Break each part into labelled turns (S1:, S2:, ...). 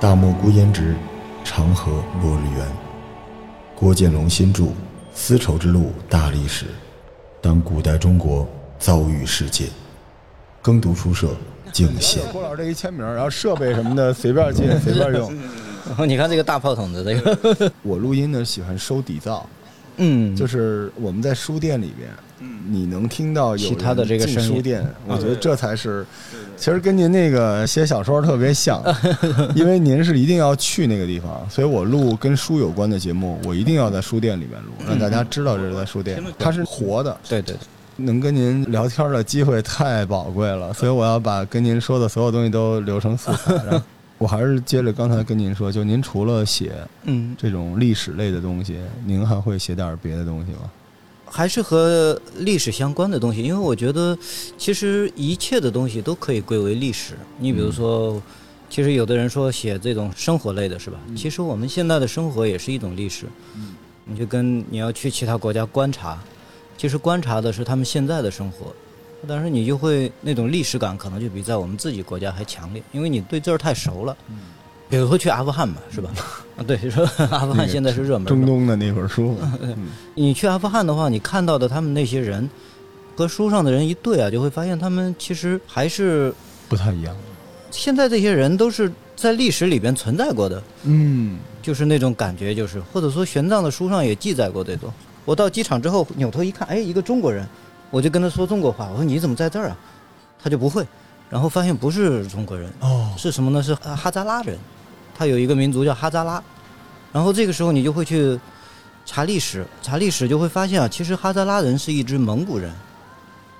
S1: 大漠孤烟直，长河落日圆。郭建龙新著《丝绸之路大历史》，当古代中国遭遇世界。耕读书社敬谢。
S2: 郭老师这一签名，然后设备什么的随便进 随便用。
S3: 你看这个大炮筒子，这个
S2: 我录音呢喜欢收底噪，
S3: 嗯，
S2: 就是我们在书店里边，你能听到有
S3: 其他的这个
S2: 人进
S3: 声音
S2: 书店，我觉得这才是，其实跟您那个写小说特别像，因为您是一定要去那个地方，所以我录跟书有关的节目，我一定要在书店里面录，让大家知道这是在书店，它是活的，
S3: 对对，
S2: 能跟您聊天的机会太宝贵了，所以我要把跟您说的所有东西都留成素材。然后我还是接着刚才跟您说，就您除了写
S3: 嗯，
S2: 这种历史类的东西，您还会写点别的东西吗？
S3: 还是和历史相关的东西，因为我觉得其实一切的东西都可以归为历史。你比如说，其实有的人说写这种生活类的是吧？其实我们现在的生活也是一种历史。你就跟你要去其他国家观察，其实观察的是他们现在的生活，但是你就会那种历史感可能就比在我们自己国家还强烈，因为你对这儿太熟了。比如说去阿富汗嘛，是吧？啊，对，说阿富汗现在是热门嘛。
S2: 中东的那本书，
S3: 你去阿富汗的话，你看到的他们那些人，和书上的人一对啊，就会发现他们其实还是
S2: 不太一样。
S3: 现在这些人都是在历史里边存在过的，
S2: 嗯，
S3: 就是那种感觉，就是或者说玄奘的书上也记载过这种。我到机场之后扭头一看，哎，一个中国人，我就跟他说中国话，我说你怎么在这儿啊？他就不会，然后发现不是中国人，
S2: 哦，
S3: 是什么呢？是哈哈扎拉人，他有一个民族叫哈扎拉。然后这个时候你就会去查历史，查历史就会发现啊，其实哈扎拉人是一支蒙古人。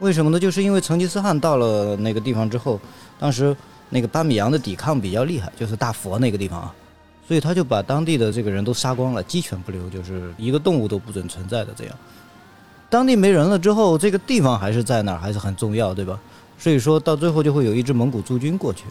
S3: 为什么呢？就是因为成吉思汗到了那个地方之后，当时那个巴米扬的抵抗比较厉害，就是大佛那个地方啊，所以他就把当地的这个人都杀光了，鸡犬不留，就是一个动物都不准存在的这样。当地没人了之后，这个地方还是在那儿，还是很重要，对吧？所以说到最后就会有一支蒙古驻军过去，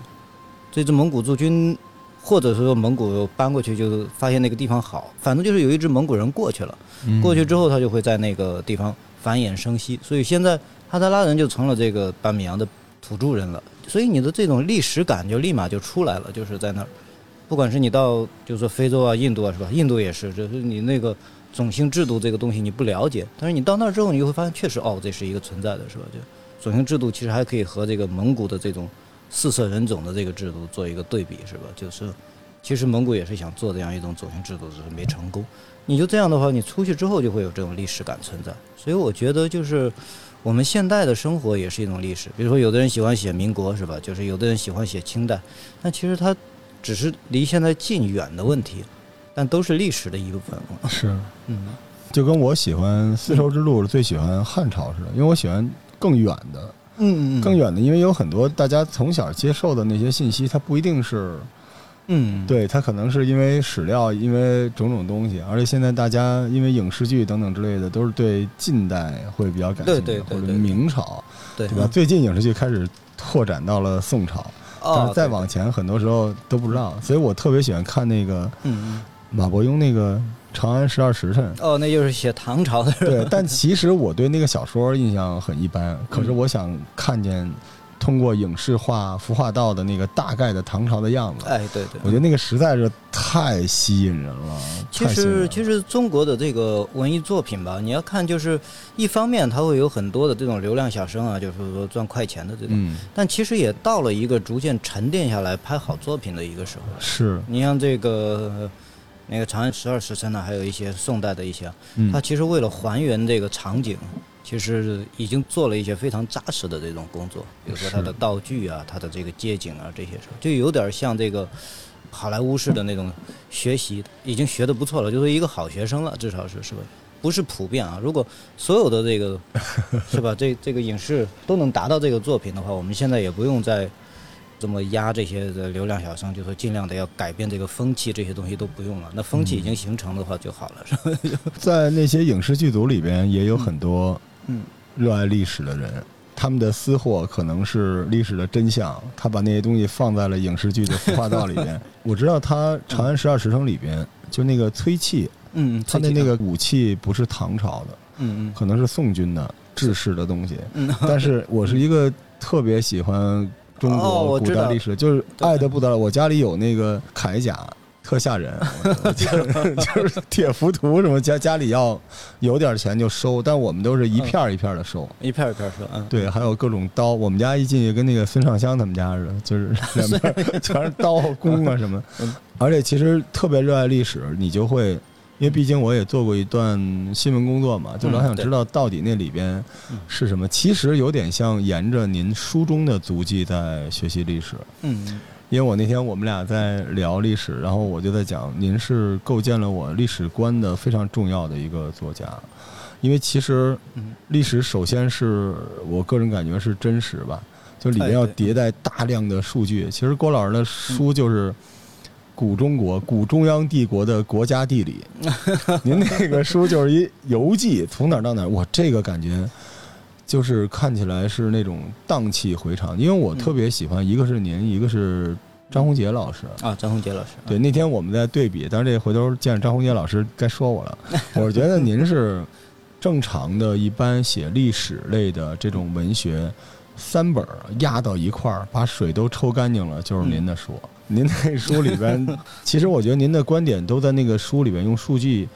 S3: 这支蒙古驻军，或者说蒙古搬过去，就发现那个地方好，反正就是有一支蒙古人过去了。
S2: 嗯
S3: 过去之后，他就会在那个地方繁衍生息，所以现在哈达拉人就成了这个巴米扬的土著人了。所以你的这种历史感就立马就出来了，就是在那儿，不管是你到就是说非洲啊、印度啊，是吧？印度也是，就是你那个种姓制度这个东西你不了解，但是你到那儿之后，你就会发现确实哦，这是一个存在的，是吧？就种姓制度其实还可以和这个蒙古的这种四色人种的这个制度做一个对比，是吧？就是其实蒙古也是想做这样一种种姓制度，只是没成功。你就这样的话，你出去之后就会有这种历史感存在。所以我觉得就是我们现代的生活也是一种历史。比如说，有的人喜欢写民国，是吧？就是有的人喜欢写清代，但其实它只是离现在近远的问题，但都是历史的一部分。
S2: 是，
S3: 嗯，
S2: 就跟我喜欢丝绸之路，最喜欢汉朝似的，因为我喜欢更远的，
S3: 嗯
S2: 更远的，因为有很多大家从小接受的那些信息，它不一定是
S3: 嗯，
S2: 对，它可能是因为史料，因为种种东西，而且现在大家因为影视剧等等之类的，都是对近代会比较感兴趣，
S3: 对对对
S2: 或者
S3: 对嗯对
S2: 明朝，
S3: 对
S2: 对吧？最近影视剧开始拓展到了宋朝，但
S3: 哦
S2: 是，再往前很多时候都不知道，所以我特别喜欢看那个
S3: 嗯嗯
S2: 马伯庸那个《长安十二时辰》。
S3: 哦，那就是写唐朝的人。
S2: 对，但其实我对那个小说印象很一般，
S3: 嗯
S2: 可是我想看见通过影视化、服化道的那个大概的唐朝的样子，
S3: 哎，对对，
S2: 我觉得那个实在是太吸引人了。
S3: 其
S2: 太吸引人
S3: 实
S2: 了
S3: 其实中国的这个文艺作品吧，你要看就是一方面它会有很多的这种流量小生啊，就是说赚快钱的这种，
S2: 嗯，
S3: 但其实也到了一个逐渐沉淀下来拍好作品的一个时候。
S2: 是，
S3: 你像这个那个《长安十二时辰》呢，还有一些宋代的一些，
S2: 嗯
S3: 它其实为了还原这个场景，其实已经做了一些非常扎实的这种工作，比如说它的道具啊、它的这个街景啊这些事儿，就有点像这个好莱坞式的那种学习，已经学得不错了，就是一个好学生了，至少是是吧？不是普遍啊，如果所有的这个 是吧，这这个影视都能达到这个作品的话，我们现在也不用再这么压这些的流量小生，就说尽量的要改变这个风气，这些东西都不用了。那风气已经形成的话就好了，是吧？
S2: 在那些影视剧组里边也有很多
S3: 嗯
S2: 热爱历史的人。他们的私货可能是历史的真相，他把那些东西放在了影视剧的服化道里边。 我知道他《长安十二时辰》里边，就那个崔器， 啊
S3: 嗯，
S2: 他的那个武器不是唐朝的，
S3: 嗯
S2: 可能是宋军的制式的东西。
S3: 嗯嗯
S2: 但是我是一个特别喜欢中
S3: 哦
S2: 国
S3: 我
S2: 古
S3: 知
S2: 代
S3: 道
S2: 历史，就是爱的不得了。我家里有那个铠甲，特吓 人，我就是就是铁浮屠什么，家家里要有点钱就收，但我们都是一片儿一片的收。
S3: 一片儿一片儿说，嗯，
S2: 对，还有各种刀，我们家一进去跟那个孙尚香他们家似的，就是两边儿全是刀 啊、弓啊什么
S3: 嗯。
S2: 而且其实特别热爱历史，你就会，因为毕竟我也做过一段新闻工作嘛，就老
S3: 嗯
S2: 想
S3: 对
S2: 知道到底那里边
S3: 嗯
S2: 是什么。其实有点像沿着您书中的足迹在学习历史，
S3: 嗯，
S2: 因为我那天我们俩在聊历史，然后我就在讲，您是构建了我历史观的非常重要的一个作家，因为其实
S3: 嗯
S2: 历史首先是我个人感觉是真实吧，就里面
S3: 哎
S2: 要
S3: 对嗯
S2: 迭代大量的数据。其实郭老师的书就是。古中国、古中央帝国的国家地理， 您那个书就是一游记，从哪儿到哪儿，我这个感觉就是看起来是那种荡气回肠。因为我特别喜欢，一个是您，一个是张宏杰老师。
S3: 啊，张宏杰老师，
S2: 对，那天我们在对比，但是这回头见着张宏杰老师该说我了。我觉得您是正常的，一般写历史类的这种文学，三本儿压到一块儿，把水都抽干净了，就是您的书。 您那书里边，其实我觉得您的观点都在那个书里边用数据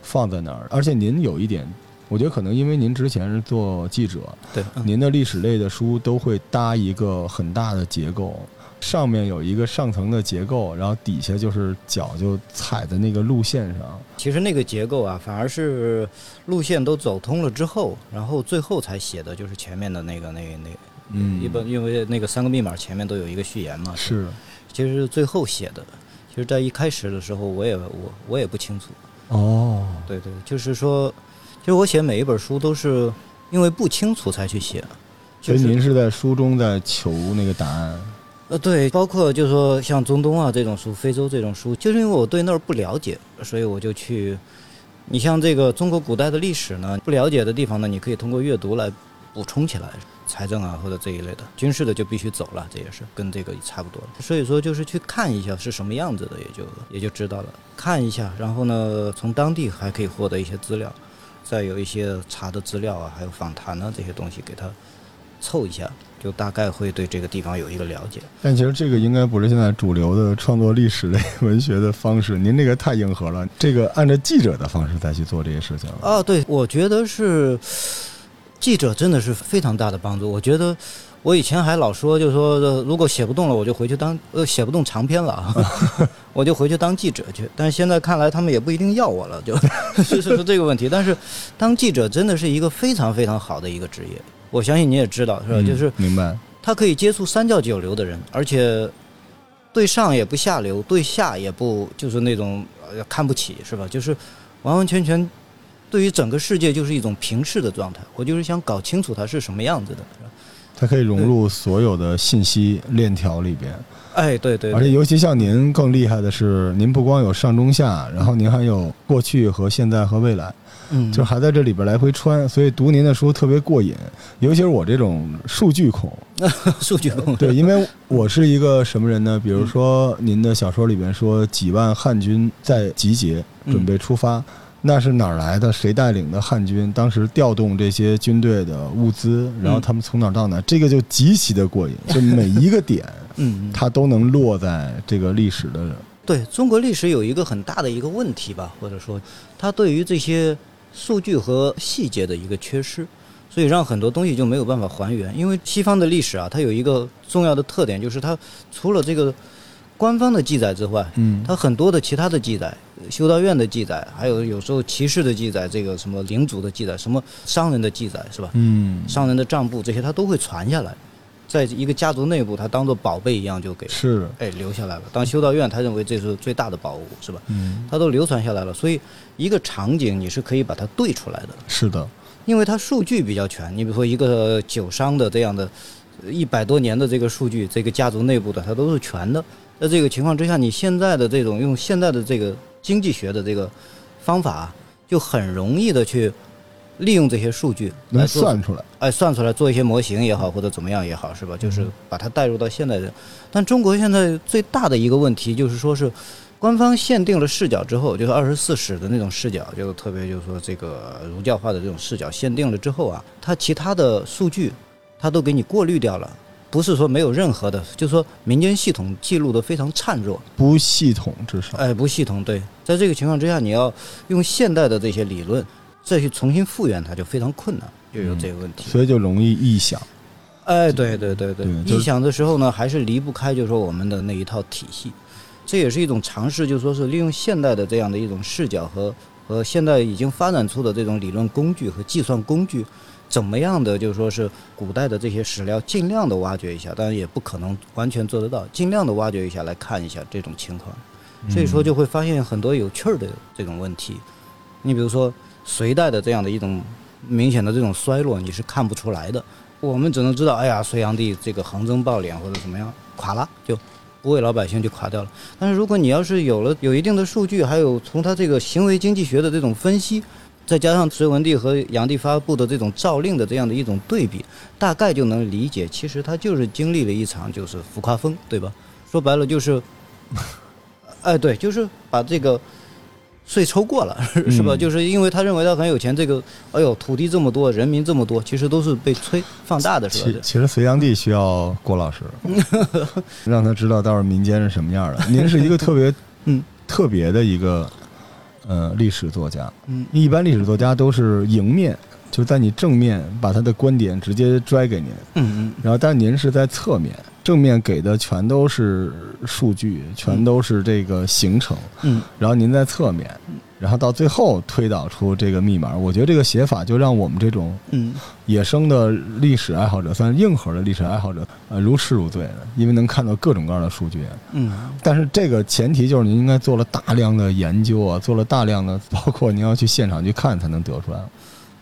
S2: 放在那儿，而且您有一点，我觉得可能因为您之前是做记者，
S3: 对，嗯
S2: 您的历史类的书都会搭一个很大的结构，上面有一个上层的结构，然后底下就是脚就踩在那个路线上。
S3: 其实那个结构啊，反而是路线都走通了之后，然后最后才写的就是前面的那个那那
S2: 嗯
S3: 一般，因为那个三个密码前面都有一个序言嘛，
S2: 是
S3: 其实是最后写的。其实，在一开始的时候，我也我我也不清楚。
S2: 哦，
S3: 对对，就是说，其实我写每一本书都是因为不清楚才去写。
S2: 所
S3: 就
S2: 以
S3: 是
S2: 您是在书中在求那个答案。
S3: 呃，对，包括就是说像中东啊这种书、非洲这种书，就是因为我对那儿不了解，所以我就去。你像这个中国古代的历史呢，不了解的地方呢，你可以通过阅读来补充起来，财政啊或者这一类的，军事的就必须走了，这也是跟这个差不多了。所以说就是去看一下是什么样子的，也就也就知道了，看一下，然后呢，从当地还可以获得一些资料，再有一些查的资料啊，还有访谈啊这些东西给它凑一下，就大概会对这个地方有一个了解。
S2: 但其实这个应该不是现在主流的创作历史类文学的方式，您这个太硬核了。这个按照记者的方式再去做这些事情了。
S3: 啊，对，我觉得是记者真的是非常大的帮助。我觉得我以前还老说，就说呃如果写不动了，我就回去当呃写不动长篇了啊， 我就回去当记者去。但是现在看来，他们也不一定要我了，就 是是是这个问题。但是当记者真的是一个非常非常好的一个职业，我相信你也知道，是吧？
S2: 嗯
S3: 就是
S2: 明白，
S3: 他可以接触三教九流的人，而且对上也不下流，对下也不就是那种呃看不起，是吧？就是完完全全对于整个世界就是一种平视的状态。我就是想搞清楚它是什么样子的。是吧
S2: 它可以融入所有的信息链条里边。
S3: 哎，对对
S2: 而且
S3: 对，
S2: 尤其像您更厉害的是，您不光有上中下，然后您还有过去和现在和未来，
S3: 嗯，
S2: 就还在这里边来回穿，所以读您的书特别过瘾。尤其是我这种数据 控，
S3: 数据控制，嗯
S2: 对，因为我是一个什么人呢？比如说您的小说里边说几万汉军在集结，
S3: 嗯
S2: 准备出发。那是哪儿来的？谁带领的汉军？当时调动这些军队的物资，然
S3: 嗯
S2: 后他们从哪儿到哪儿，这个就极其的过瘾。就每一个点，
S3: 嗯，嗯
S2: 它都能落在这个历史的
S3: 对中国历史有一个很大的一个问题吧，或者说，它对于这些数据和细节的一个缺失，所以让很多东西就没有办法还原。因为西方的历史啊，它有一个重要的特点，就是它除了这个官方的记载之外，
S2: 嗯
S3: 它很多的其他的记载，修道院的记载，还有有时候骑士的记载，这个什么领主的记载，什么商人的记载，是吧？
S2: 嗯，
S3: 商人的账簿这些，它都会传下来，在一个家族内部，它当做宝贝一样就给
S2: 是，
S3: 哎留下来了。当修道院，他认为这是最大的宝物，是吧？
S2: 嗯，
S3: 它都流传下来了，所以一个场景你是可以把它对出来的，
S2: 是的，
S3: 因为它数据比较全。你比如说一个酒商的这样的，一百多年的这个数据，这个家族内部的它都是全的。在这个情况之下，你现在的这种用现在的这个经济学的这个方法，就很容易的去利用这些数据来
S2: 能
S3: 做
S2: 算出来。
S3: 哎，算出来做一些模型也好，或者怎么样也好，是吧？就是把它带入到现代人。但中国现在最大的一个问题就是说是，官方限定了视角之后，就是二十四史的那种视角，就是特别就是说这个儒教化的这种视角限定了之后啊，它其他的数据它都给你过滤掉了，不是说没有任何的，就是说民间系统记录的非常孱弱，
S2: 不系统至少。
S3: 哎，不系统。对，在这个情况之下，你要用现代的这些理论再去重新复原，它就非常困难，就有这个问题。
S2: 所以就容易臆想，
S3: 哎，对对对对，
S2: 对就
S3: 臆
S2: 是
S3: 想的时候呢，还是离不开就是说我们的那一套体系，这也是一种尝试，就说是利用现代的这样的一种视角和和现在已经发展出的这种理论工具和计算工具，怎么样的就说是古代的这些史料尽量的挖掘一下，当然也不可能完全做得到，尽量的挖掘一下来看一下这种情况，
S2: 嗯
S3: 所以说就会发现很多有趣儿的这种问题，你比如说隋代的这样的一种明显的这种衰落，你是看不出来的。我们只能知道，哎呀，隋炀帝这个横征暴敛或者怎么样垮了，就不为老百姓就垮掉了。但是如果你要是有了有一定的数据，还有从他这个行为经济学的这种分析，再加上隋文帝和炀帝发布的这种诏令的这样的一种对比，大概就能理解，其实他就是经历了一场就是浮夸风，对吧？说白了就是， 哎，对，就是把这个。税抽过了 是吧？
S2: 嗯
S3: 就是因为他认为他很有钱，这个哎呦，土地这么多，人民这么多，其实都是被吹放大的，是吧
S2: 其？其实隋炀帝需要郭老 师，让他知道到时候民间是什么样 的。您是一个特别
S3: 嗯
S2: 特别的一个呃历史作家，
S3: 嗯
S2: 一般历史作家都是迎面，就在你正面把他的观点直接拽给您，
S3: 嗯嗯，
S2: 然后但您是在侧面，正面给的全都是数据，全都是这个行程，
S3: 嗯，
S2: 然后您在侧面，然后到最后推导出这个密码。我觉得这个写法就让我们这种
S3: 嗯，
S2: 野生的历史爱好者，算是硬核的历史爱好者，呃，如痴如醉的，因为能看到各种各样的数据。
S3: 嗯，
S2: 但是这个前提就是您应该做了大量的研究啊，做了大量的，包括您要去现场去看才能得出来。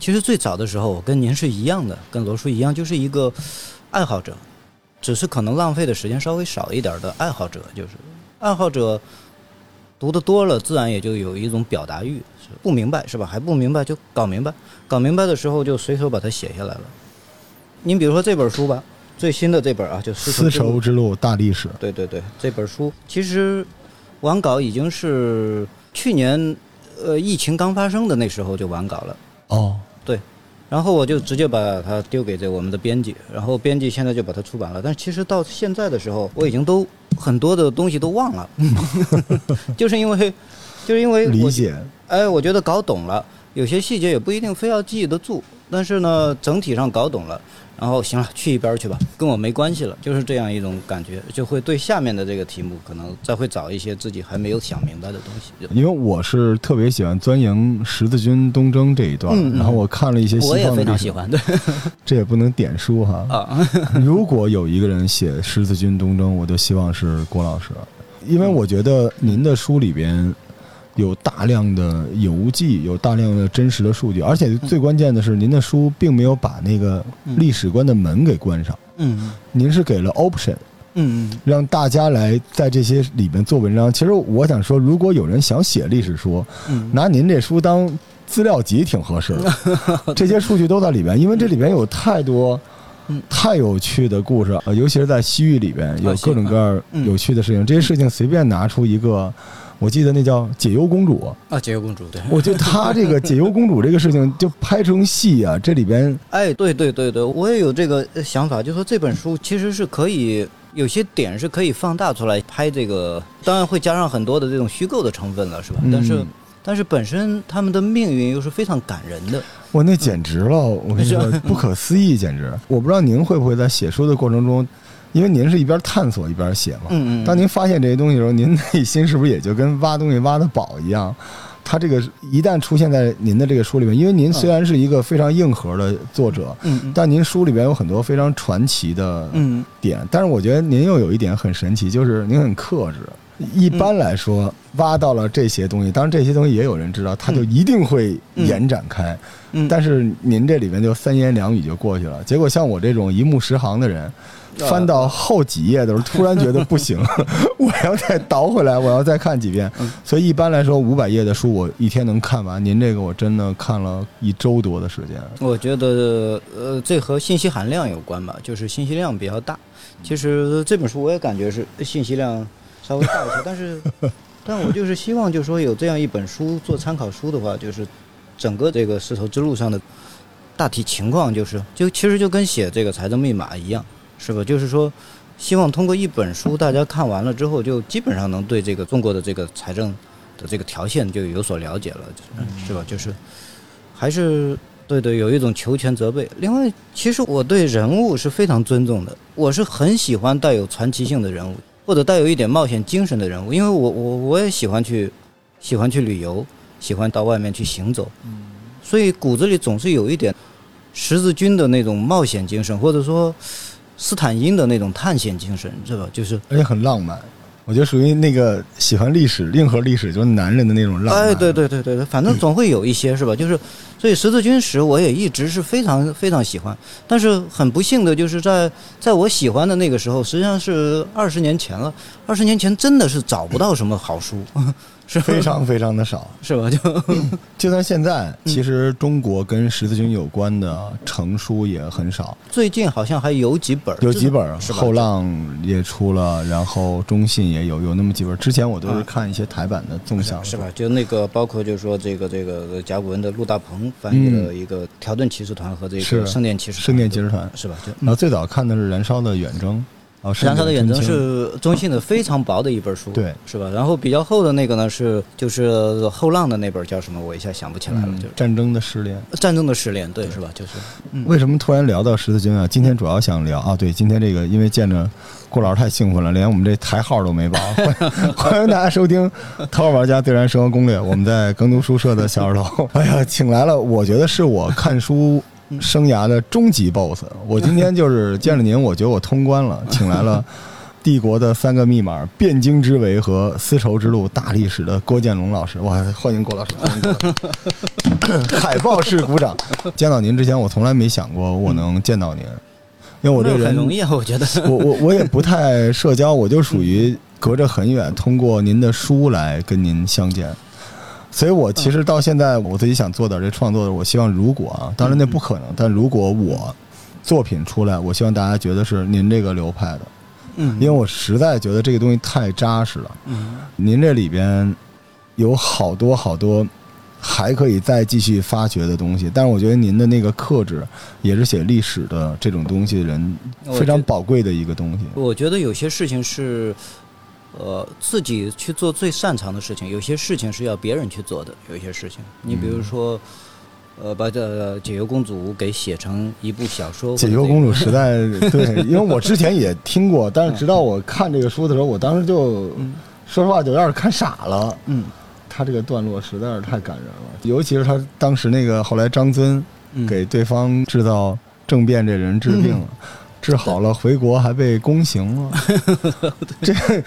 S3: 其实最早的时候，我跟您是一样的，跟罗叔一样，就是一个爱好者，只是可能浪费的时间稍微少一点的爱好者，就是爱好者读的多了，自然也就有一种表达欲，是不明白是吧？还不明白就搞明白，搞明白的时候就随手把它写下来了。您比如说这本书吧，最新的这本啊，就《
S2: 丝
S3: 之路
S2: 绸之路大历史，
S3: 对对对，这本书其实完稿已经是去年呃疫情刚发生的那时候就完稿了。
S2: 哦，
S3: 然后我就直接把它丢给这我们的编辑，然后编辑现在就把它出版了。但其实到现在的时候，我已经都很多的东西都忘了， 就是因为就是因为
S2: 理
S3: 我
S2: 解，
S3: 哎，我觉得搞懂了，有些细节也不一定非要记得住，但是呢，整体上搞懂了，然后行了，去一边儿去吧，跟我没关系了，就是这样一种感觉，就会对下面的这个题目可能再会找一些自己还没有想明白的东 西。
S2: 因为我是特别喜欢钻营十字军东征这一段，
S3: 嗯嗯
S2: 然后我看了一些西
S3: 我也
S2: 方的
S3: 非
S2: 历
S3: 常
S2: 史
S3: 喜，欢，对
S2: 这也不能点书 哈。
S3: 啊，
S2: 如果有一个人写十字军东征，我就希望是郭老师，因为我觉得您的书里边有大量的游记，有大量的真实的数据，而
S3: 嗯
S2: 且最关键的是，您的书并没有把那个历史观的门给关上，
S3: 嗯
S2: 您是给了 option，
S3: 嗯嗯
S2: 让大家来在这些里面做文章。其实我想说，如果有人想写历史书，
S3: 嗯，
S2: 拿您这书当资料集挺合适的， 这些数据都在里边，因为这里边有太多
S3: 嗯。
S2: 太有趣的故事，呃尤其是在西域里边，有
S3: 啊
S2: 各种各样
S3: 嗯
S2: 有趣的事情。这些事情随便拿出一个，我记得那叫解忧公主，
S3: 啊，解忧公主对。
S2: 我觉得她这个解忧公主这个事情就拍成戏啊，这里边
S3: 哎，对对对对，我也有这个呃想法，就说这本书其实是可以有些点是可以放大出来拍这个，当然会加上很多的这种虚构的成分了，是吧？但是
S2: 嗯
S3: 但是本身他们的命运又是非常感人的。
S2: 哇，那简直了！
S3: 嗯
S2: 我跟你 说，不可思议，简直！我不知道您会不会在写书的过程中，因为您是一边探索一边写嘛。
S3: 嗯嗯嗯
S2: 当您发现这些东西的时候，您内心是不是也就跟挖东西挖的宝一样？它这个一旦出现在您的这个书里面，因为您虽然是一个非常硬核的作者，
S3: 嗯嗯
S2: 但您书里面有很多非常传奇的
S3: 嗯
S2: 点。但是我觉得您又有一点很神奇，就是您很克制。一般来
S3: 嗯
S2: 说，挖到了这些东西，当然这些东西也有人知道，它就一定会延展开。
S3: 嗯，
S2: 但是您这里面就三言两语就过去了，结果像我这种一目十行的人，翻到后几页的时候，突然觉得不 行，我要再倒回来，我要再看几遍。
S3: 嗯
S2: 所以一般来说，五百页的书我一天能看完，您这个我真的看了一周多的时间。
S3: 我觉得呃，这和信息含量有关吧，就是信息量比较大。其实这本书我也感觉是信息量稍微大一些，但是但我就是希望，就是说有这样一本书做参考书的话，就是整个这个丝绸之路上的大体情况，就是就其实就跟写这个财政密码一样。是吧？就是说，希望通过一本书，大家看完了之后，就基本上能对这个中国的这个财政的这个条线就有所了解了，是吧？就是还是对对，有一种求全责备。另外，其实我对人物是非常尊重的，我是很喜欢带有传奇性的人物，或者带有一点冒险精神的人物，因为我我我也喜欢去喜欢去旅游，喜欢到外面去行走，所以骨子里总是有一点十字军的那种冒险精神，或者说斯坦因的那种探险精神，是吧？就是
S2: 而且很浪漫。我觉得属于那个喜欢历史、硬核历史，就是男人的那种浪漫。嗯
S3: 哎，对，对对对对，反正总会有一些是吧？就是，所以十字军史我也一直是非常非常喜欢，但是很不幸的就是在在我喜欢的那个时候，实际上是二十年前了。二十年前真的是找不到什么好书， 是吧
S2: 非常非常的 少。
S3: 是吧？就
S2: 就算现在，
S3: 嗯
S2: 其实中国跟十字军有关的成书也很少，
S3: 最近好像还有几本，
S2: 有几本
S3: 是吧
S2: 后浪也出了，然后中信也有，有那么几本。之前我都是
S3: 啊
S2: 看一些台版的纵向，
S3: 是吧？就那个包括就是说这个这个甲骨文的陆大鹏翻译了一个条顿骑士团和这
S2: 嗯是
S3: 个圣殿骑士团
S2: 圣殿骑士团
S3: 是吧？就
S2: 然后最早看的是《燃烧的远征》，哦，
S3: 燃烧的远征
S2: 真卿
S3: 是中信的非常薄的一本书，
S2: 对
S3: 是吧？然后比较厚的那个呢是就是后浪的那本叫什么？我一下想不起来了，
S2: 嗯
S3: 就是
S2: 战争的失联。
S3: 战争的失联，对，是吧？就是
S2: 为什么突然聊到十字军啊？今天主要想聊啊，对，今天这个因为见着顾老师太兴奋了，连我们这台号都没报。欢欢迎大家收听《淘宝玩家对战生活攻略》，我们在耕读书社的小二楼。哎呀，请来了，我觉得是我看书生涯的终极 BOSS。我今天就是见了您，我觉得我通关了，请来了。帝国的三个密码、汴京之围和丝绸之路大历史的郭建龙老师，哇，欢迎郭 老师，欢迎郭老师。海报式鼓掌。见到您之前，我从来没想过我能见到您，因为我这
S3: 那很
S2: 人，
S3: 容易啊，我觉得
S2: 我我我也不太社交，我就属于隔着很远，通过您的书来跟您相见。所以，我其实到现在我自己想做点这创作的，我希望如果啊，当然那不可能，但如果我作品出来，我希望大家觉得是您这个流派的，
S3: 嗯，
S2: 因为我实在觉得这个东西太扎实了。
S3: 嗯
S2: 您这里边有好多好多还可以再继续发掘的东西，但是我觉得您的那个克制也是写历史的这种东西的人
S3: 我
S2: 非常
S3: 觉
S2: 宝贵的一个东西。
S3: 我觉得有些事情是，呃，自己去做最擅长的事情；有些事情是要别人去做的。有一些事情，你比
S2: 嗯
S3: 如说，呃，把这《解忧公主》给写成一部小说，
S2: 解忧公主实 在对，因为我之前也听过，但是直到我看这个书的时候，我当时就说实话就有点看傻了。
S3: 嗯
S2: 他这个段落实在是太感人了，尤其是他当时那个后来张尊
S3: 嗯
S2: 给对方制造政变这人治病了，治好了回国还被宫刑了，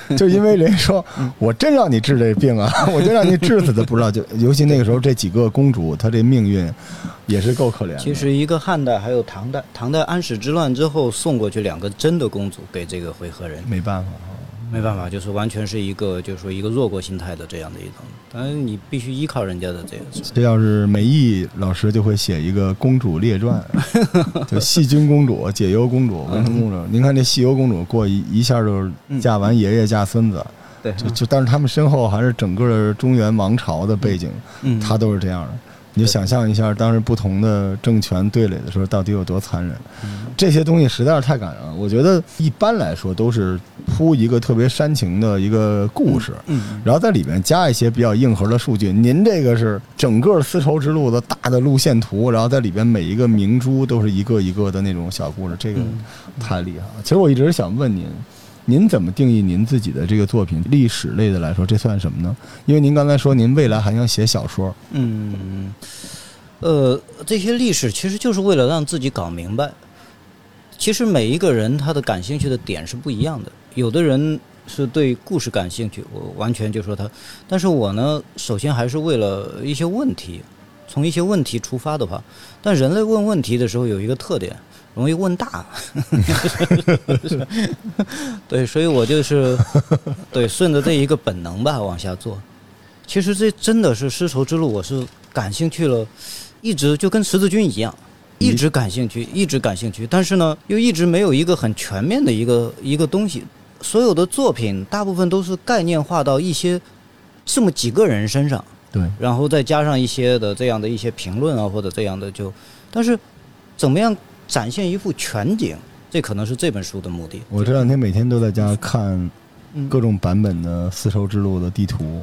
S2: 这就因为人家说
S3: 嗯
S2: 我真让你治这病 啊，我真让你治死的不知道，就尤其那个时候这几个公主她这命运也是够可怜的。
S3: 其实，一个汉代还有唐代，唐代安史之乱之后送过去两个真的公主给这个回纥人，
S2: 没办法啊，
S3: 没办法，就是完全是一个就是说一个弱国心态的这样的一种，当然你必须依靠人家的这样子。
S2: 这要是梅毅老师就会写一个公主列 传，就细菌公主、解忧公主、文成公
S3: 嗯
S2: 主。您看这细忧公主过一一下就是嫁完爷爷嫁孙子，
S3: 对，
S2: 就就但是他们身后还是整个中原王朝的背景，
S3: 嗯，
S2: 她都是这样的。你就想象一下，当时不同的政权对垒的时候，到底有多残忍？这些东西实在是太感人了。我觉得一般来说都是铺一个特别煽情的一个故事，
S3: 嗯，
S2: 然后在里面加一些比较硬核的数据。您这个是整个丝绸之路的大的路线图，然后在里边每一个明珠都是一个一个的那种小故事，这个
S3: 嗯
S2: 太厉害了。其实我一直想问您。您怎么定义您自己的这个作品？历史类的来说，这算什么呢？因为您刚才说您未来还想写小说，
S3: 嗯，呃，这些历史其实就是为了让自己搞明白。其实每一个人他的感兴趣的点是不一样的，有的人是对故事感兴趣，我完全就说他，但是我呢，首先还是为了一些问题，从一些问题出发的话，但人类问问题的时候有一个特点，容易问大，对，所以我就是对顺着这一个本能吧往下做。其实这真的是丝绸之路，我是感兴趣了，一直就跟十字军一样，一直感兴趣，一直感兴趣。但是呢，又一直没有一个很全面的一个一个东西。所有的作品大部分都是概念化到一些这么几个人身上，
S2: 对，
S3: 然后再加上一些的这样的一些评论啊，或者这样的就，但是怎么样展现一幅全景？这可能是这本书的目的。
S2: 我这两天每天都在家看
S3: 嗯
S2: 各种版本的丝绸之路的地图，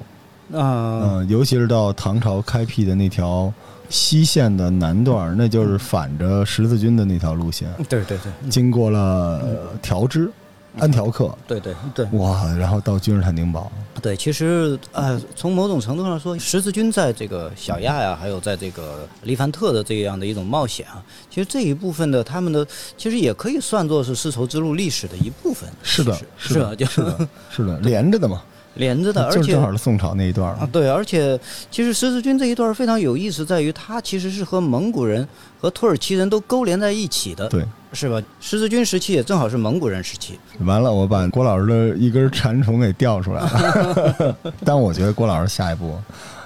S3: 啊，
S2: 嗯，尤其是到唐朝开辟的那条西线的南段儿，那就是反着十字军的那条路线，
S3: 对对对
S2: 经过了呃条支、安条克，
S3: 对对对
S2: 哇，然后到君士坦丁堡，
S3: 对，其实呃，从某种程度上说，十字军在这个小亚呀、还有在这个黎凡特的这样的一种冒险啊，其实这一部分的他们的，其实也可以算作是丝绸之路历史的一部分。
S2: 是的
S3: 其实，
S2: 是
S3: 是
S2: 的
S3: 吧？就是
S2: 的，是的，连着的嘛，
S3: 连着的，而
S2: 就是
S3: 且
S2: 正好是宋朝那一段儿
S3: 啊，对，而且其实十字军这一段非常有意思，在于它其实是和蒙古人和土耳其人都勾连在一起的，
S2: 对，
S3: 是吧？十字军时期也正好是蒙古人时期，
S2: 完了，我把郭老师的一根馋虫给调出来了，但我觉得郭老师下一步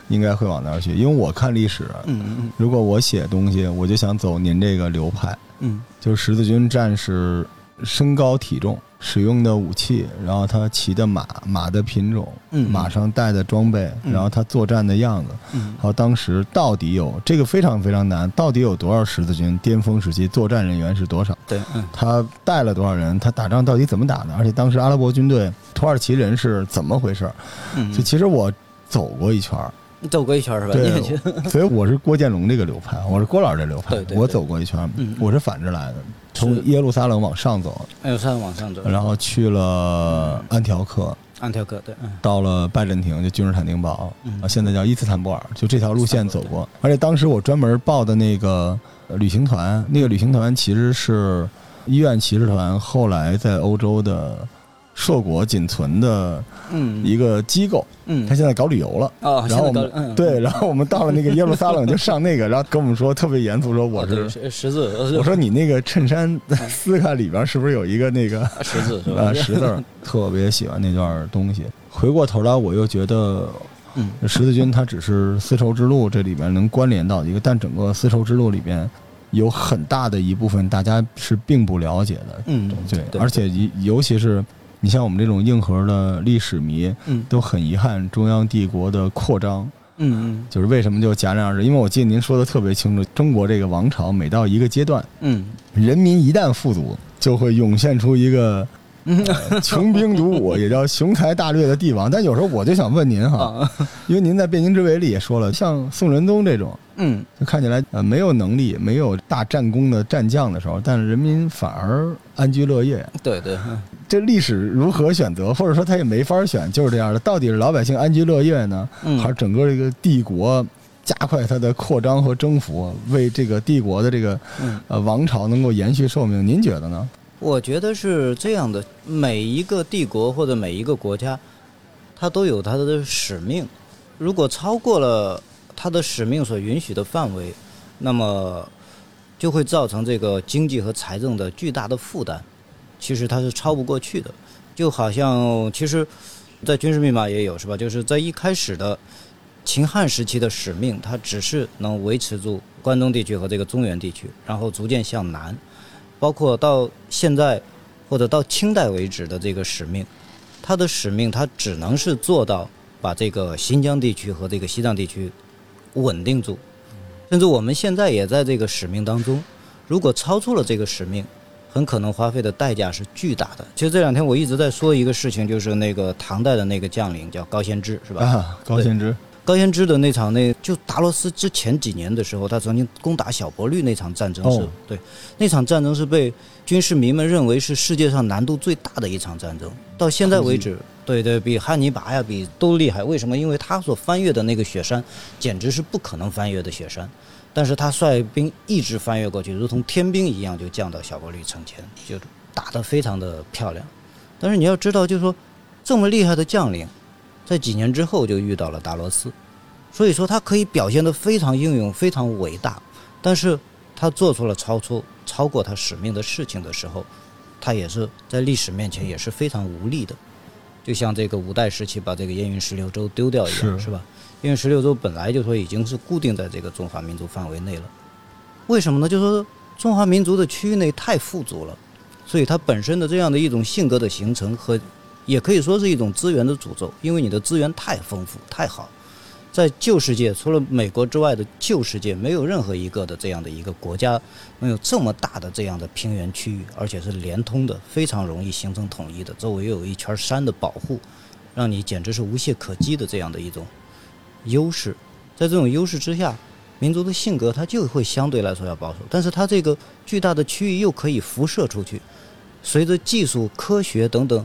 S2: 应该会往那儿去，因为我看历史，
S3: 嗯
S2: 如果我写东西，我就想走您这个流派，
S3: 嗯
S2: 就是十字军战士身高体重、使用的武器，然后他骑的马、马的品种、
S3: 嗯
S2: 马上带的装备，
S3: 嗯
S2: 然后他作战的样子，
S3: 嗯
S2: 还有当时到底有这个非常非常难，到底有多少十字军巅峰时期作战人员是多少？
S3: 对，嗯
S2: 他带了多少人？他打仗到底怎么打的？而且当时阿拉伯军队、土耳其人是怎么回事？就
S3: 嗯，
S2: 其实我走过一圈儿，
S3: 走过一圈是吧？
S2: 对
S3: 你也觉得，
S2: 所以我是郭建龙这个流派，我是郭老师这流派
S3: 对，对
S2: 我
S3: 对
S2: 走过一圈儿
S3: 嗯嗯，
S2: 我是反着来的，从
S3: 是
S2: 耶路撒冷往上走，
S3: 哎呦，算往上走，
S2: 然后去了安条克，
S3: 安条克，对，嗯
S2: 到了拜占庭，就君士坦丁堡，
S3: 嗯
S2: 啊，现在叫伊斯坦布尔，就这条路线走过。而且当时我专门报的那个呃旅行团，那个旅行团其实是医院骑士团后来在欧洲的硕果仅存的
S3: 嗯
S2: 一个机构，
S3: 嗯
S2: 他，现在搞旅游了。
S3: 哦，
S2: 然后我
S3: 现在
S2: 们
S3: 搞嗯，
S2: 对，然后我们到了那个耶路撒冷就上那个，然后跟我们说特别严肃，说我
S3: 哦对
S2: 是
S3: 嗯十十字，我
S2: 我说你那个衬衫 撕开里边是不是有一个那个
S3: 十字是吧
S2: 呃？十字 儿？特别喜欢那段东西。回过头来，我又觉得
S3: 嗯
S2: 十字军它只是丝绸之路这里面能关联到一个，但整个丝绸之路里边有很大的一部分大家是并不了解的，
S3: 嗯，
S2: 对，
S3: 对
S2: 而且尤尤其是你像我们这种硬核的历史迷，
S3: 嗯
S2: 都很遗憾中央帝国的扩张，
S3: 嗯
S2: 就是为什么就戛然而止？因为我记得您说的特别清楚，中国这个王朝每到一个阶段，
S3: 嗯
S2: 人民一旦富足，就会涌现出一个。
S3: 嗯
S2: 呃穷兵黩武，也叫雄才大略的帝王。但有时候我就想问您
S3: 嗯
S2: 哈，
S3: 啊
S2: 因为您在《汴京之围》里也说了，像宋仁宗这种，
S3: 嗯
S2: 就看起来呃没有能力、没有大战功的战将的时候，但是人民反而安居乐业。
S3: 对对嗯
S2: 这历史如何选择，或者说他也没法选，就是这样的。到底是老百姓安居乐业呢，
S3: 嗯
S2: 还是整个这个帝国加快它的扩张和征服，为这个帝国的这个
S3: 嗯。
S2: 呃王朝能够延续寿命？您觉得呢？
S3: 我觉得是这样的，每一个帝国或者每一个国家，它都有它的使命。如果超过了它的使命所允许的范围，那么就会造成这个经济和财政的巨大的负担。其实它是超不过去的，就好像其实，在军事密码也有是吧？就是在一开始的秦汉时期的使命，它只是能维持住关中地区和这个中原地区，然后逐渐向南。包括到现在或者到清代为止的这个使命，它的使命它只能是做到把这个新疆地区和这个西藏地区稳定住，甚至我们现在也在这个使命当中，如果超出了这个使命。很可能花费的代价是巨大的。其实这两天我一直在说一个事情，就是那个唐代的那个将领叫高仙芝，是吧？
S2: 啊，高仙芝，
S3: 高仙芝的那场那就达罗斯之前几年的时候，他曾经攻打小勃律那场战争是、
S2: 哦
S3: 对，那场战争是被军事迷们认为是世界上难度最大的一场战争，到现在为止，对对，比汉尼拔呀比都厉害。为什么？因为他所翻越的那个雪山，简直是不可能翻越的雪山。但是他率兵一直翻越过去，如同天兵一样，就降到小勃律城前，就打得非常的漂亮。但是你要知道，就是说这么厉害的将领，在几年之后就遇到了达罗斯，所以说他可以表现得非常英勇、非常伟大，但是他做出了超出超过他使命的事情的时候，他也是在历史面前也是非常无力的，就像这个五代时期把这个燕云十六州丢掉一样，
S2: 是
S3: 是吧？燕云十六州本来就说已经是固定在这个中华民族范围内了，为什么呢？就说中华民族的区域内太富足了，所以它本身的这样的一种性格的形成和，也可以说是一种资源的诅咒，因为你的资源太丰富太好，在旧世界，除了美国之外的旧世界，没有任何一个的这样的一个国家能有这么大的这样的平原区域，而且是连通的，非常容易形成统一的。周围又有一圈山的保护，让你简直是无懈可击的这样的一种优势。在这种优势之下，民族的性格它就会相对来说要保守，但是它这个巨大的区域又可以辐射出去。随着技术、科学等等，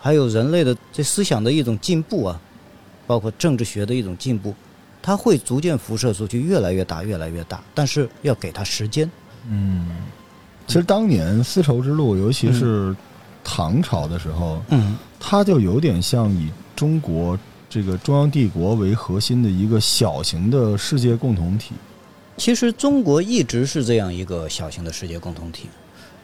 S3: 还有人类的这思想的一种进步啊，包括政治学的一种进步，它会逐渐辐射出去，越来越大，越来越大。但是要给它时间。
S2: 嗯，其实当年丝绸之路，尤其是唐朝的时候，
S3: 嗯
S2: 它就有点像以中国这个中央帝国为核心的一个小型的世界共同体。
S3: 嗯其实中国一直是这样一个小型的世界共同体。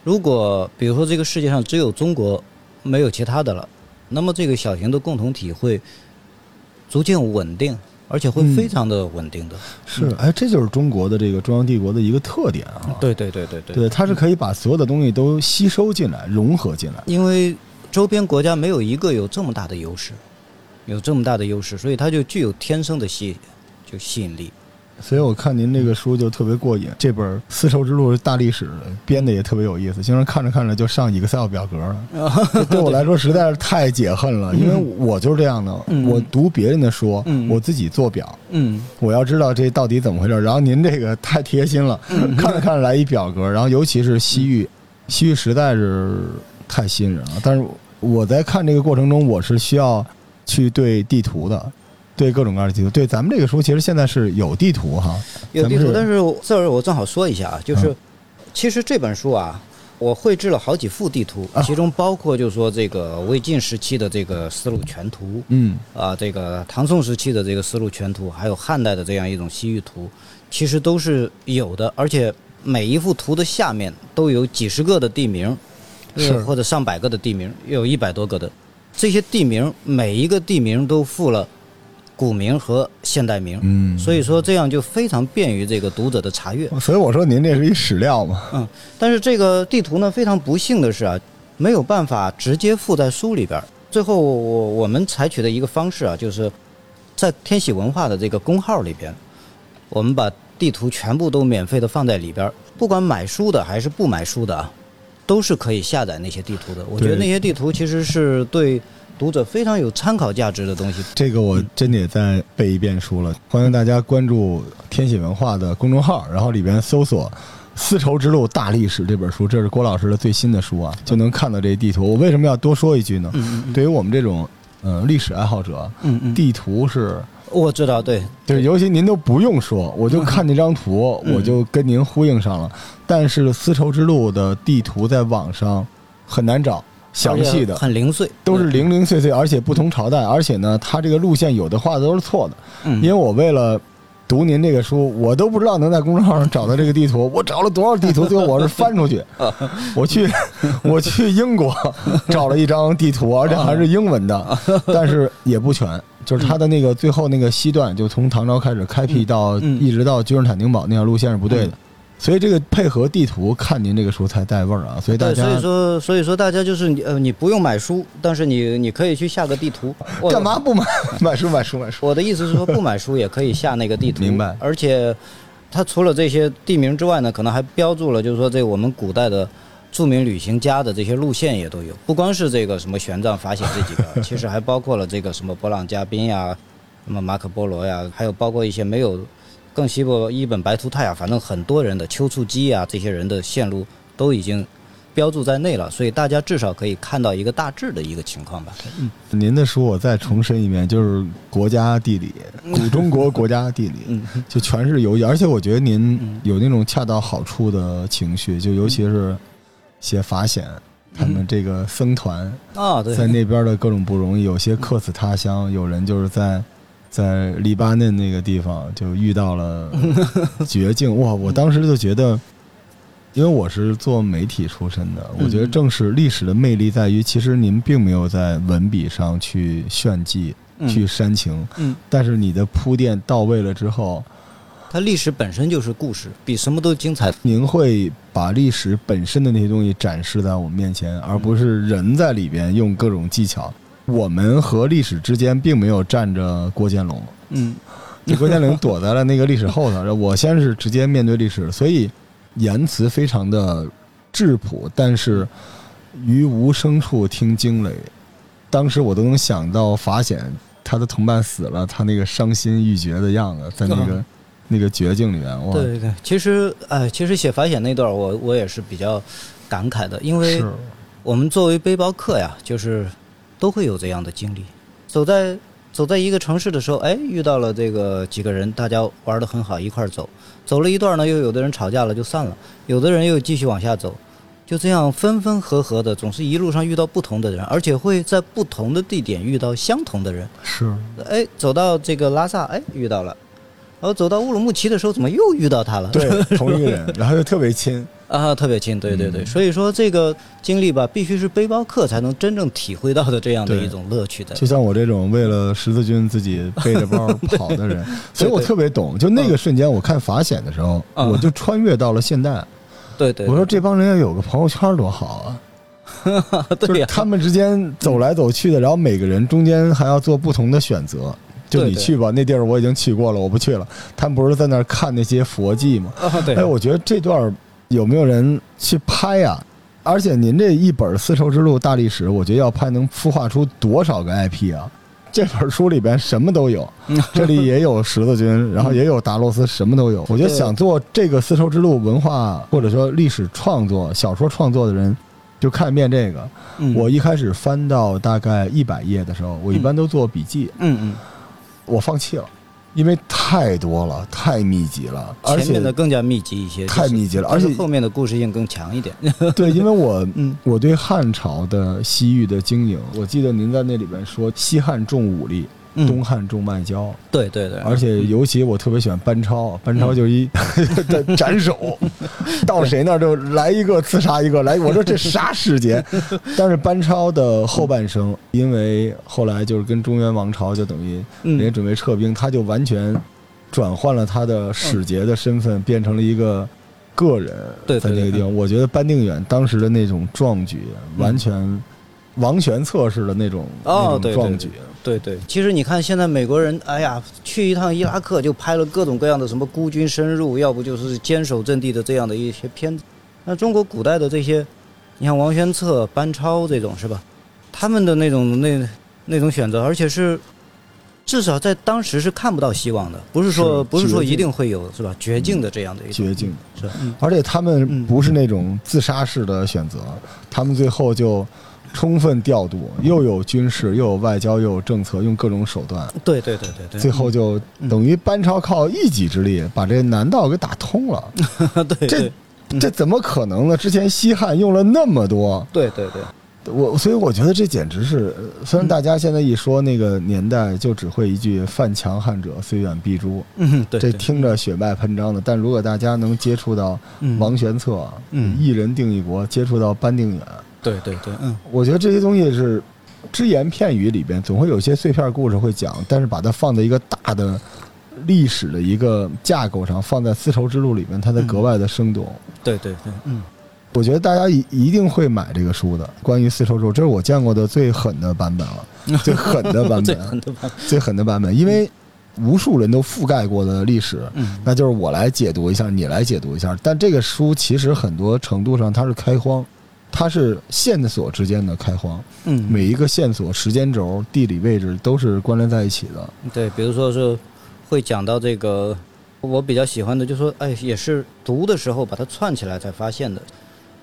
S3: 如果比如说这个世界上只有中国，没有其他的了，那么这个小型的共同体会逐渐稳定，而且会
S2: 嗯
S3: 非常的稳定的。
S2: 是，哎，这就是中国的这个中央帝国的一个特点啊。
S3: 对对对对对
S2: 对，它是可以把所有的东西都吸收进来、融合进来。
S3: 因为周边国家没有一个有这么大的优势，有这么大的优势，所以它就具有天生的吸就吸引力。
S2: 所以我看您这个书就特别过瘾，这本《丝绸之路大历史》编的也特别有意思，经常看着看着就上 Excel 表格 了。这对我来说实在是太解恨了，因为我就是这样的，
S3: 嗯
S2: 我读别人的书，
S3: 嗯
S2: 我自己做表，
S3: 嗯，
S2: 我要知道这到底怎么回事儿。然后您这个太贴心了，
S3: 嗯
S2: 看着看着来一表格，然后尤其是西域，西域实在是太吸引人了。但是我在看这个过程中，我是需要去对地图的，对各种各样的地图。对咱们这个书，其实现在是有地图哈，
S3: 有地
S2: 咱们
S3: 图，
S2: 是
S3: 但是我这儿我正好说一下啊，就是、
S2: 嗯
S3: 其实这本书啊，我绘制了好几幅地图，
S2: 啊
S3: 其中包括就是说这个魏晋时期的这个丝路全图，
S2: 嗯
S3: 啊，这个唐宋时期的这个丝路全图，还有汉代的这样一种西域图，其实都是有的，而且每一幅图的下面都有几十个的地名，
S2: 是
S3: 或者上百个的地名，有一百多个的。这些地名每一个地名都附了古名和现代名，
S2: 嗯
S3: 所以说这样就非常便于这个读者的查阅。
S2: 所以我说您这是一史料嘛，
S3: 嗯，但是这个地图呢，非常不幸的是啊，没有办法直接附在书里边儿。最后我我我们采取的一个方式啊，就是在天喜文化的这个公号里边，我们把地图全部都免费的放在里边儿，不管买书的还是不买书的啊，都是可以下载那些地图的。我觉得
S2: 对
S3: 那些地图其实是对读者非常有参考价值的东西。
S2: 这个我真的也再背一遍书了。欢迎大家关注天喜文化的公众号，然后里边搜索。《丝绸之路大历史》这本书，这是郭老师的最新的书啊，就能看到这地图。我为什么要多说一句呢？对于我们这种呃历史爱好者，
S3: 嗯嗯，
S2: 地图是，
S3: 我知道，对，
S2: 就是尤其您都不用说，我就看这张图，我就跟您呼应上了。但是丝绸之路的地图在网上很难找详细
S3: 而且
S2: 的，
S3: 很零碎，
S2: 都是零零碎碎，而且不同朝代，而且呢，它这个路线有的画的都是错的。
S3: 嗯
S2: 因为我为了读您这个书，我都不知道能在公众号上找到这个地 图，我找了多少地图，最后我是翻出去，
S3: 嗯
S2: 我去我去英国找了一张地图，而且还是英文的，
S3: 嗯
S2: 但是也不全，就是它的那个最后那个西段，就从唐朝开始开辟到
S3: 嗯嗯嗯
S2: 一直到君士坦丁堡那条路线是不对的。所以这个配合地图看您这个书才带味儿啊，所以大
S3: 对，
S2: 家
S3: 呃所以说，所以说大家就是你呃，你不用买书，但是你你可以去下个地图。我
S2: 干嘛？不买买书买书买书？
S3: 我的意思是说，不买书也可以下那个地图。
S2: 明白
S3: 而且，它除了这些地名之外呢，可能还标注了，就是说这我们古代的著名旅行家的这些路线也都有，不光是这个什么玄奘、法显这几个， 其实还包括了这个什么勃朗嘉宾呀，什么马可波罗呀，还有包括一些没有更西部一本白图泰啊，反正很多人的丘处机呀，啊这些人的线路都已经标注在内了，所以大家至少可以看到一个大致的一个情况吧。
S2: 您的书我再重申一遍，就是《国家地理》，古中国国家地理，
S3: 嗯
S2: 就全是游记。而且我觉得您有那种恰到好处的情绪，就尤其是写法显他们这个僧团
S3: 啊，对，
S2: 在那边的各种不容易，有些客死他乡，有人就是在在黎巴嫩那个地方就遇到 了绝境。哇，我当时就觉得。因为我是做媒体出身的，
S3: 嗯
S2: 我觉得正是历史的魅力在于，其实您并没有在文笔上去炫技、
S3: 嗯
S2: 去煽情，
S3: 嗯，
S2: 但是你的铺垫到位了之后，
S3: 它历史本身就是故事，比什么都精彩。
S2: 您会把历史本身的那些东西展示在我们面前，而不是人在里边用各种技巧。我们和历史之间并没有站着郭建龙，
S3: 嗯，
S2: 就郭建岭躲在了那个历史后头， 我先是直接面对历史，所以言辞非常的质朴，但是于无声处听惊雷。当时我都能想到法显他的同伴死了，他那个伤心欲绝的样子，在那个、那个绝境里面，哇，
S3: 对对对，其实哎，其实写反险那段儿我我也是比较感慨的，因为
S2: 是
S3: 我们作为背包客呀，就是都会有这样的经历。走在走在一个城市的时候，哎，遇到了这个几个人，大家玩得很好，一块儿走。走了一段呢，又有的人吵架了就散了，有的人又继续往下走，就这样分分合合的，总是一路上遇到不同的人，而且会在不同的地点遇到相同的人。
S2: 是
S3: 哎，走到这个拉萨，哎，遇到了。然后走到乌鲁木齐的时候，怎么又遇到他 了？
S2: 对同一个人，然后又特别亲，
S3: 啊，特别近，对对
S2: 嗯
S3: 对，所以说这个经历吧，必须是背包客才能真正体会到的这样的
S2: 对
S3: 一种乐趣的。
S2: 就像我这种为了十字军自己背着包跑的人，所以我
S3: 对
S2: 特别懂。就那个瞬间，我看法显的时候，
S3: 嗯
S2: 我就穿越到了现代。
S3: 对对，
S2: 我说这帮人要有个朋友圈多好啊！
S3: 对
S2: 就
S3: 对
S2: 是
S3: 呀，
S2: 他们之间走来走去的，然后每个人中间还要做不同的选择。就
S3: 对
S2: 你
S3: 对
S2: 去吧，那地儿我已经去过了，我不去了。他们不是在那儿看那些佛迹吗？
S3: 啊对
S2: 哎，，我觉得这段儿有没有人去拍呀、而且您这一本《丝绸之路大历史》，我觉得要拍能孵化出多少个 IP 啊？ 这本书里边什么都 有，这里也有十字军，然后也有达洛斯，什么都有。我觉得
S3: 对
S2: 想做这个丝绸之路文化或者说历史创作、小说创作的人，就看一遍这个。
S3: 嗯
S2: 我一开始翻到大概一百页的时候，我一般都做笔记，
S3: 嗯
S2: 我放弃了，因为太多了，太密集了，
S3: 嗯，
S2: 而
S3: 前
S2: 且
S3: 面的更加密集一些，
S2: 太
S3: 就是
S2: 密集了
S3: 就是
S2: 而且
S3: 后面的故事性更强一点。
S2: 对，因为我
S3: 嗯，
S2: 我对汉朝的西域的经营，我记得您在那里边说，西汉重武力，
S3: 嗯
S2: 东汉重外交，
S3: 对对对，嗯
S2: 而且尤其我特别喜欢班超，班超就一、 斩 首，到谁那儿就来一个刺杀一个，来我说这啥世 界？但是班超的后半生，因为后来就是跟中原王朝就等于人家
S3: 嗯
S2: 准备撤兵，他就完全转换了他的使节的身份，变成了一个个人。
S3: 嗯对对
S2: 在那个地
S3: 对
S2: 方，我觉得班定远当时的那种壮举，完全王权策式的那种
S3: 哦
S2: 那种
S3: 对对
S2: 壮举。
S3: 对对，其实你看现在美国人，哎呀，去一趟伊拉克就拍了各种各样的什么孤军深入，要不就是坚守阵地的这样的一些片子。那中国古代的这些，你像王宣策、班超这种是吧？他们的那种那那种选择，而且是至少在当时是看不到希望的，不是说
S2: 是
S3: 不是说
S2: 绝境
S3: 一定会有是吧？绝境的这样的一种
S2: 绝境
S3: 是嗯
S2: 而且他们
S3: 嗯
S2: 不是那种自杀式的选择，他们最后就充分调度，又有军事，又有外交，又有政策，用各种手段，
S3: 对对对对对，嗯
S2: 最后就等于班超靠一己之力把这南道给打通了。
S3: 对对
S2: 这
S3: 对
S2: 这怎么可能呢？之前西汉用了那么多，
S3: 对对对，
S2: 我所以我觉得这简直是，呃虽然大家现在一说那个年代，就只会一句“犯强汉者，虽远必诛
S3: 嗯”，对，
S2: 这
S3: 对
S2: 听着血脉喷张的。但如果大家能接触到
S3: 嗯
S2: 王玄策，
S3: 嗯
S2: 一人定一国，接触到班定远，
S3: 对对对嗯
S2: 我觉得这些东西是只言片语里边总会有一些碎片故事会讲，但是把它放在一个大的历史的一个架构上，放在丝绸之路里面，
S3: 嗯
S2: 它才格外的生动。
S3: 对对对嗯
S2: 我觉得大家一一定会买这个书的，关于丝绸之路，这是我见过的最狠的版本了，最狠的版
S3: 最
S2: 本
S3: 狠，的吧
S2: 最狠的版本，因为无数人都覆盖过的历史，
S3: 嗯
S2: 那就是我来解读一下，你来解读一下。但这个书其实很多程度上它是开荒，它是线索之间的开荒，
S3: 嗯
S2: 每一个线索、时间轴、地理位置都是关联在一起的。
S3: 对，比如说是会讲到这个，我比较喜欢的，就说哎，也是读的时候把它串起来才发现的。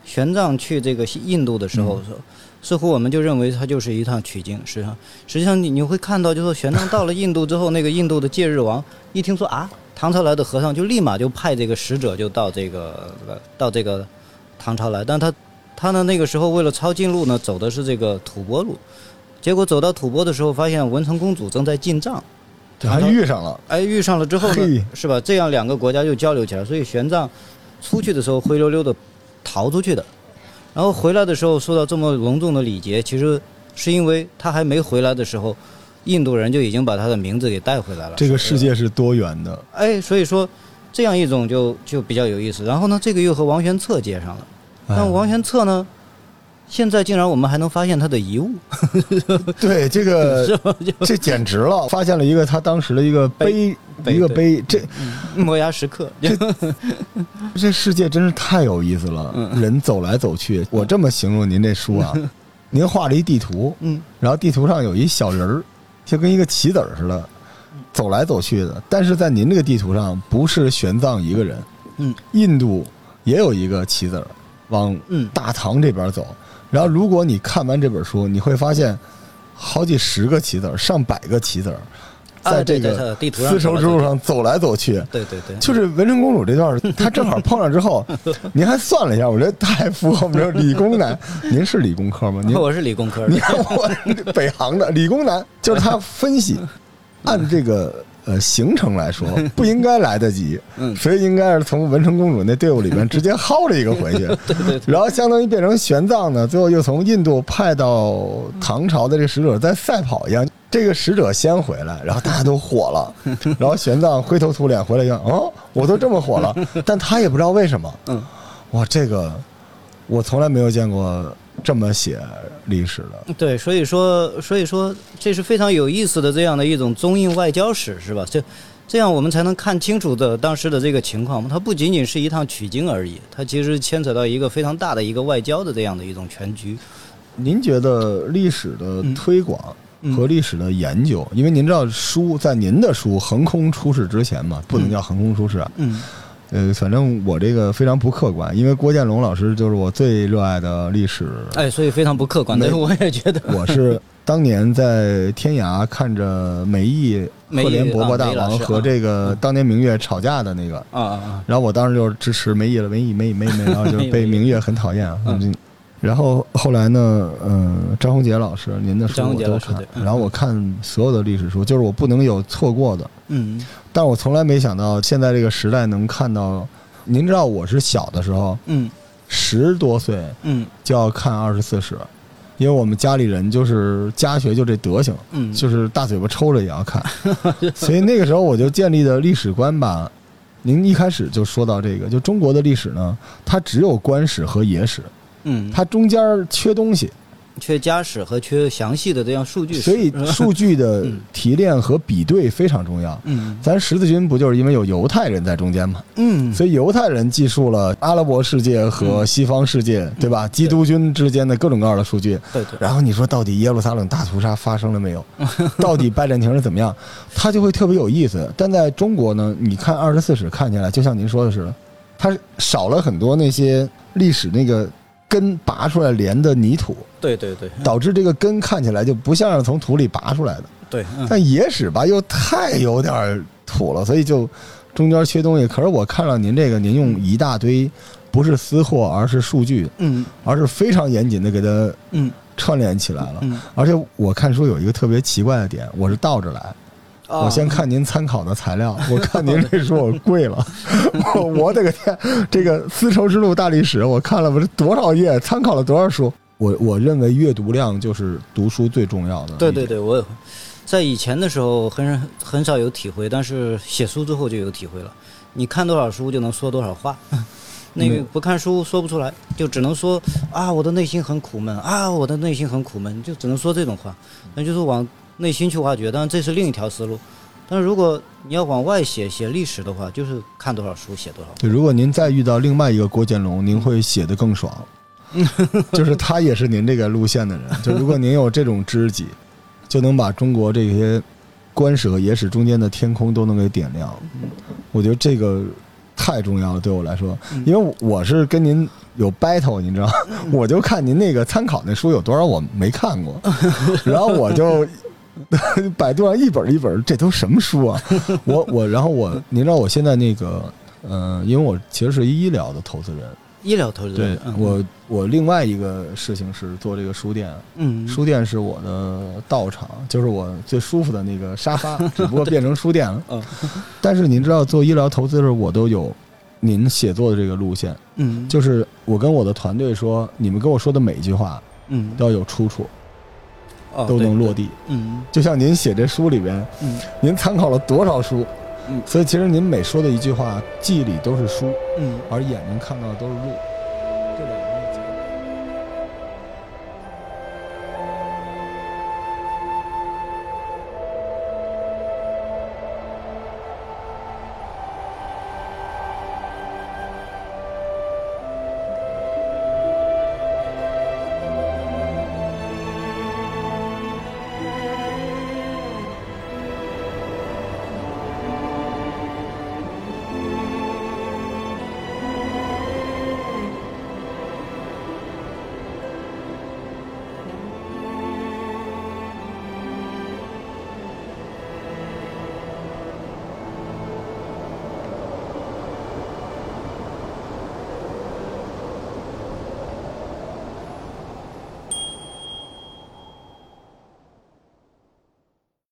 S3: 玄奘去这个西印度的时候，说似乎我们就认为它就是一趟取经，实际上实际上你你会看到，就说玄奘到了印度之后，那个印度的戒日王一听说啊，唐朝来的和尚，就立马就派这个使者就到这个呃到这个唐朝来，但他他呢那个时候为了抄近路呢，走的是这个吐蕃路。结果走到吐蕃的时候，发现文成公主正在进藏，
S2: 还遇上了，
S3: 哎，遇上了之后
S2: 嘿
S3: 呢，是吧？这样两个国家就交流起来，所以玄奘出去的时候灰溜溜的逃出去的，然后回来的时候受到这么隆重的礼节，其实是因为他还没回来的时候，印度人就已经把他的名字给带回来了。
S2: 这个
S3: 是吧
S2: 世界是多元的，
S3: 哎，所以说这样一种就就比较有意思。然后呢，这个又和王玄策接上了，但
S2: 哎
S3: 王玄策呢，现在竟然我们还能发现他的遗物，
S2: 对这
S3: 是
S2: 个，
S3: 吧？就
S2: 这简直了！发现了一个他当时的一个碑，
S3: 碑
S2: 一个
S3: 对
S2: 碑，这
S3: 磨牙时刻，
S2: 这世界真是太有意思了。
S3: 嗯
S2: 人走来走去，我这么形容您这书 啊，您画了一地图，
S3: 嗯，
S2: 然后地图上有一小人儿，就跟一个棋子儿似的，走来走去的。但是在您这个地图上，不是玄奘一个人，
S3: 嗯，
S2: 印度也有一个棋子儿往
S3: 嗯
S2: 大唐这边走。然后，如果你看完这本书，你会发现好几十个棋子儿，上百个棋子儿，
S3: 啊
S2: 在这
S3: 对在它
S2: 个
S3: 的地图上
S2: 丝绸之路上走来走去。
S3: 对对对，
S2: 就是文成公主这段儿，她正好碰上之 后，您还算了一下，我觉得太符合我们这个理工男。您是理工科吗？您
S3: 我是理工科
S2: 你
S3: 的，
S2: 看我北航的理工男，就是他分析，按这个呃行程来说，不应该来得及，
S3: 嗯
S2: 所以应该是从文成公主那队伍里面直接薅了一个回去，
S3: 对对对，
S2: 然后相当于变成玄奘呢，最后又从印度派到唐朝的这使者在赛跑一样，这个使者先回来，然后大家都火了，然后玄奘灰头土脸回来一看，哦，我都这么火了，但他也不知道为什么，
S3: 嗯，
S2: 哇，这个我从来没有见过这么写历史的。
S3: 对，所以说，所以说，这是非常有意思的这样的一种中印外交史，是吧？这这样我们才能看清楚的当时的这个情况嘛。它不仅仅是一趟取经而已，它其实牵扯到一个非常大的一个外交的这样的一种全局。
S2: 您觉得历史的推广和历史的研究，因为您知道书在您的书横空出世之前嘛，不能叫横空出世啊。
S3: 嗯
S2: 呃，反正我这个非常不客观，因为郭建龙老师就是我最热爱的历史。
S3: 哎，所以非常不客观，
S2: 没
S3: 对，我也觉得。
S2: 我 是当年在天涯看着梅毅、
S3: 梅毅
S2: 赫连勃勃大
S3: 啊梅老
S2: 王
S3: 师
S2: 和这个当年明月吵架的那个，
S3: 啊啊啊！
S2: 然后我当时就是支持梅毅了，梅毅梅毅梅毅，梅毅然 后就
S3: 没有
S2: 被明月很讨厌啊。嗯然后后来呢，嗯、张宏杰老师您的书
S3: 张宏
S2: 我
S3: 杰
S2: 都
S3: 老师
S2: 看
S3: 对，嗯
S2: 然后我看所有的历史书，就是我不能有错过的。
S3: 嗯
S2: 但我从来没想到现在这个时代能看到。您知道我是小的时候
S3: 嗯
S2: 十多岁
S3: 嗯
S2: 就要看《二十四史》，因为我们家里人就是家学就这德行，
S3: 嗯，
S2: 就是大嘴巴抽着也要 看，所以那个时候我就建立的历史观吧。您一开始就说到这个，就中国的历史呢，它只有官史和野史，
S3: 嗯，
S2: 它中间儿缺东西，
S3: 缺家史和缺详细的这样数据史，
S2: 所以数据 的提炼和比对非常重要。
S3: 嗯
S2: 咱十字军不就是因为有犹太人在中间吗？
S3: 嗯
S2: 所以犹太人记述了阿拉伯世界和西方世界，对
S3: 嗯
S2: 吧？基督军之间的各种各样的数据。
S3: 对对
S2: 然后你说到底耶路撒冷大屠杀发生了没有？到底拜占庭是怎么样？它就会特别有意思。但在中国呢，你看《二十四史》，看起来就像您说的似的，它少了很多那些历史那个根拔出来连的泥土，
S3: 对对对
S2: 导致这个根看起来就不像是从土里拔出来的。
S3: 对，嗯
S2: 但野史吧又太有点儿土了，所以就中间缺东西。可是我看了您这个，您用一大堆不是私货，而是数据，
S3: 嗯
S2: 而是非常严谨的给它
S3: 嗯
S2: 串联起来了。
S3: 嗯，
S2: 而且我看书有一个特别奇怪的点，我是倒着来，
S3: 啊
S2: 我先看您参考的材 料，我看您这书我跪了，我我的个天，这个《丝绸之路大历史》我看了不是多少页，参考了多少书？我我认为阅读量就是读书最重要的。
S3: 对对，对，我也会在以前的时候很很少有体会，但是写书之后就有体会了。你看多少书就能说多少话， 那
S2: 嗯
S3: 个不看书说不出来，就只能说啊我的内心很苦闷啊我的内心很苦闷，就只能说这种话。那就是往内心去挖掘，当然这是另一条思路。但是如果你要往外写写历史的话，就是看多少书写多少话。
S2: 对，如果您再遇到另外一个郭建龙，您会写得更爽，就是他也是您这个路线的人。就如果您有这种知己， 就能把中国这些官史和野史中间的天空都能给点亮。我觉得这个太重要了，对我来说，因为我是跟您有 battle，你知道，我就看您那个参考那书有多少我没看过，然后我就 百度上一本一本，这都什么书啊？我我然后我，您知道我现在那个，呃，因为我其实是一医疗的投资人，
S3: 医疗投资人，嗯
S2: 我我另外一个事情是做这个书店，
S3: 嗯
S2: 书店是我的道场，就是我最舒服的那个沙 发，只不过变成书店了。
S3: 嗯
S2: 但是您知道，做医疗投资的时候，我都有您写作的这个路线，
S3: 嗯
S2: 就是我跟我的团队说，你们跟我说的每一句话
S3: 嗯
S2: 都要有出处，
S3: 哦
S2: 都能
S3: 对
S2: 落地。
S3: 嗯
S2: 就像您写这书里边，
S3: 嗯
S2: 您参考了多少书
S3: 嗯，
S2: 所以其实您每说的一句话，记忆里都是书，
S3: 嗯
S2: 而眼睛看到的都是路。